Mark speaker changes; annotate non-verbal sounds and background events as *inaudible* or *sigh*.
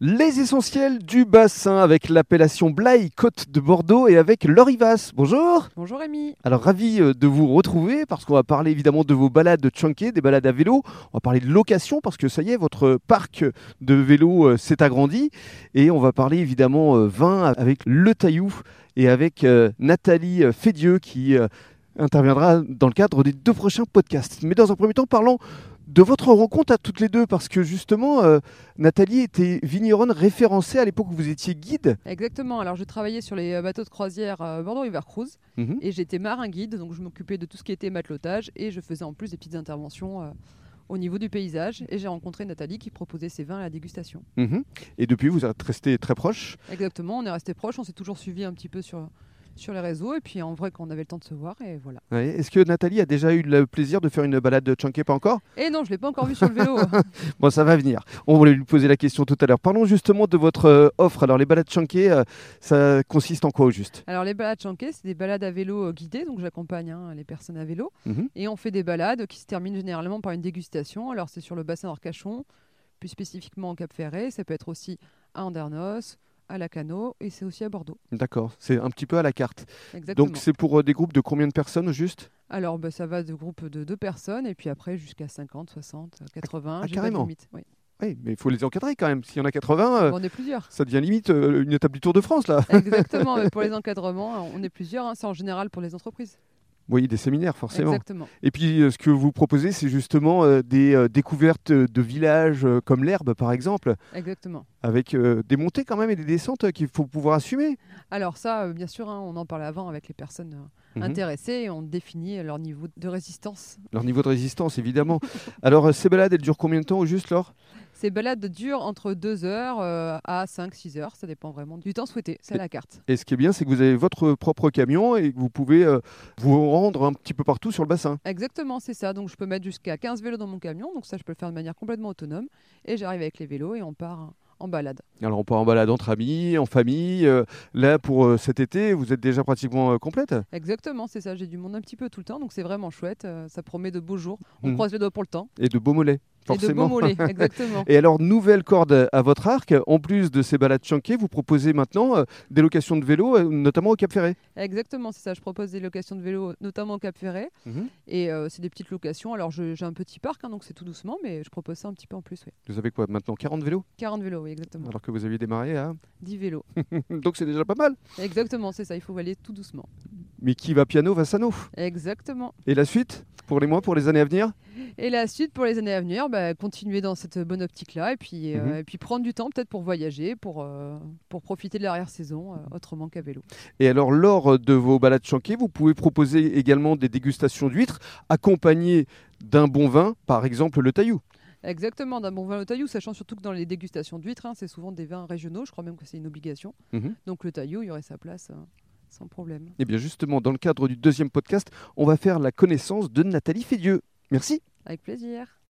Speaker 1: Les essentiels du bassin avec l'appellation Blaye Côte de Bordeaux et avec Lorivas. Bonjour.
Speaker 2: Bonjour Rémi.
Speaker 1: Alors ravi euh, de vous retrouver parce qu'on va parler évidemment de vos balades de chunké, des balades à vélo. On va parler de location parce que ça y est, votre parc de vélo euh, s'est agrandi et on va parler évidemment euh, vin avec Le Taillou et avec euh, Nathalie euh, Fédieux qui euh, interviendra dans le cadre des deux prochains podcasts. Mais dans un premier temps, parlons de votre rencontre à toutes les deux parce que justement, euh, Nathalie était vigneronne référencée à l'époque où vous étiez guide.
Speaker 2: Exactement. Alors, je travaillais sur les euh, bateaux de croisière euh, Bordeaux River Cruise
Speaker 1: Mhm.
Speaker 2: et j'étais marin guide, donc je m'occupais de tout ce qui était matelotage et je faisais en plus des petites interventions euh, au niveau du paysage. Et j'ai rencontré Nathalie qui proposait ses vins à la dégustation.
Speaker 1: Mhm. Et depuis, vous êtes resté très proche.
Speaker 2: Exactement. On est resté proches, on s'est toujours suivi un petit peu sur sur les réseaux et puis en vrai quand on avait le temps de se voir et voilà.
Speaker 1: Ouais. Est-ce que Nathalie a déjà eu le plaisir de faire une balade de Chunky Pas encore
Speaker 2: Et non, je l'ai pas encore vu sur le vélo.
Speaker 1: Bon, ça va venir. On voulait lui poser la question tout à l'heure. Parlons justement de votre euh, offre. Alors, les balades Chunky, euh, ça consiste en quoi au juste
Speaker 2: Alors les balades chanquées, c'est des balades à vélo euh, guidées, donc j'accompagne hein, les personnes à vélo.
Speaker 1: Mhm.
Speaker 2: Et on fait des balades qui se terminent généralement par une dégustation. Alors c'est sur le bassin d'Arcachon, plus spécifiquement en Cap Ferret, ça peut être aussi à Andernos, à Lacano et c'est aussi à Bordeaux.
Speaker 1: D'accord. C'est un petit peu à la carte.
Speaker 2: Exactement.
Speaker 1: Donc, c'est pour euh, des groupes de combien de personnes au juste
Speaker 2: Alors bah, ça va de groupe de deux personnes et puis après jusqu'à 50, 60, 80,
Speaker 1: ah,
Speaker 2: j'ai pas de
Speaker 1: carrément.
Speaker 2: limite. Oui.
Speaker 1: Oui, mais il faut les encadrer quand même. S'il y en a 80, euh,
Speaker 2: On
Speaker 1: *laughs*
Speaker 2: est plusieurs.
Speaker 1: ça devient limite euh, une étape du Tour de France, là.
Speaker 2: Exactement, mais pour les encadrements, on est plusieurs, hein, c'est en général pour les entreprises.
Speaker 1: Oui, des séminaires, forcément.
Speaker 2: Exactement.
Speaker 1: Et puis, euh, ce que vous proposez, c'est justement euh, des euh, découvertes euh, de villages euh, comme l'herbe, par exemple,
Speaker 2: Exactement.
Speaker 1: avec euh, des montées quand même et des descentes euh, qu'il faut pouvoir assumer.
Speaker 2: Alors ça, euh, bien sûr, hein, on en parlait avant avec les personnes euh,
Speaker 1: Mhm.
Speaker 2: intéressées et on définit leur niveau de résistance.
Speaker 1: Leur niveau de résistance, évidemment. *laughs* Alors, euh, ces balades, elles durent combien de temps au juste, Laure
Speaker 2: Ces balades durent entre 2 heures euh, à 5-6 heures, ça dépend vraiment du temps souhaité, c'est à la carte.
Speaker 1: Et ce qui est bien, c'est que vous avez votre propre camion et que vous pouvez euh, vous rendre un petit peu partout sur le bassin.
Speaker 2: Exactement, c'est ça, donc je peux mettre jusqu'à 15 vélos dans mon camion, donc ça je peux le faire de manière complètement autonome, et j'arrive avec les vélos et on part hein, en balade.
Speaker 1: Alors, on part en balade entre amis, en famille. euh, là, pour euh, cet été, vous êtes déjà pratiquement euh, complète.
Speaker 2: Exactement, c'est ça, j'ai du monde un petit peu tout le temps, donc c'est vraiment chouette, euh, ça promet de beaux jours, on
Speaker 1: Mhm.
Speaker 2: croise les doigts pour le temps,
Speaker 1: Et de beaux mollets,
Speaker 2: et de beaux
Speaker 1: forcément.
Speaker 2: mollets, exactement.
Speaker 1: Et alors, nouvelle corde à votre arc, en plus de ces balades chanquées, vous proposez maintenant euh, des locations de vélos, euh, notamment au Cap Ferré.
Speaker 2: Exactement, c'est ça. Je propose des locations de vélos, notamment au Cap Ferret.
Speaker 1: Mhm.
Speaker 2: Et euh, c'est des petites locations. Alors, je- j'ai un petit parc, hein, donc c'est tout doucement, mais je propose ça un petit peu en plus. oui.
Speaker 1: Vous avez quoi maintenant 40 vélos
Speaker 2: 40 vélos, oui, exactement.
Speaker 1: Alors que vous aviez démarré à.
Speaker 2: 10 vélos.
Speaker 1: *laughs* Donc c'est déjà pas mal.
Speaker 2: Exactement, c'est ça. Il faut aller tout doucement.
Speaker 1: Mais qui va piano va sano.
Speaker 2: Exactement.
Speaker 1: Et la suite Pour les mois, pour les années à venir
Speaker 2: Et la suite pour les années à venir, bah, continuer dans cette bonne optique-là et, puis euh,
Speaker 1: Mhm.
Speaker 2: et puis prendre du temps peut-être pour voyager, pour, euh, pour profiter de l'arrière-saison, euh, autrement qu'à vélo.
Speaker 1: Et alors, lors de vos balades chanquées, vous pouvez proposer également des dégustations d'huîtres accompagnées d'un bon vin, par exemple le taillou.
Speaker 2: Exactement, d'un bon vin au taillou, sachant surtout que dans les dégustations d'huîtres, hein, c'est souvent des vins régionaux. Je crois même que c'est une obligation.
Speaker 1: Mhm.
Speaker 2: Donc, le taillou, il y aurait sa place euh, sans problème.
Speaker 1: Et Eh bien justement, dans le cadre du deuxième podcast, on va faire la connaissance de Nathalie Fédieux. Merci.
Speaker 2: Avec plaisir.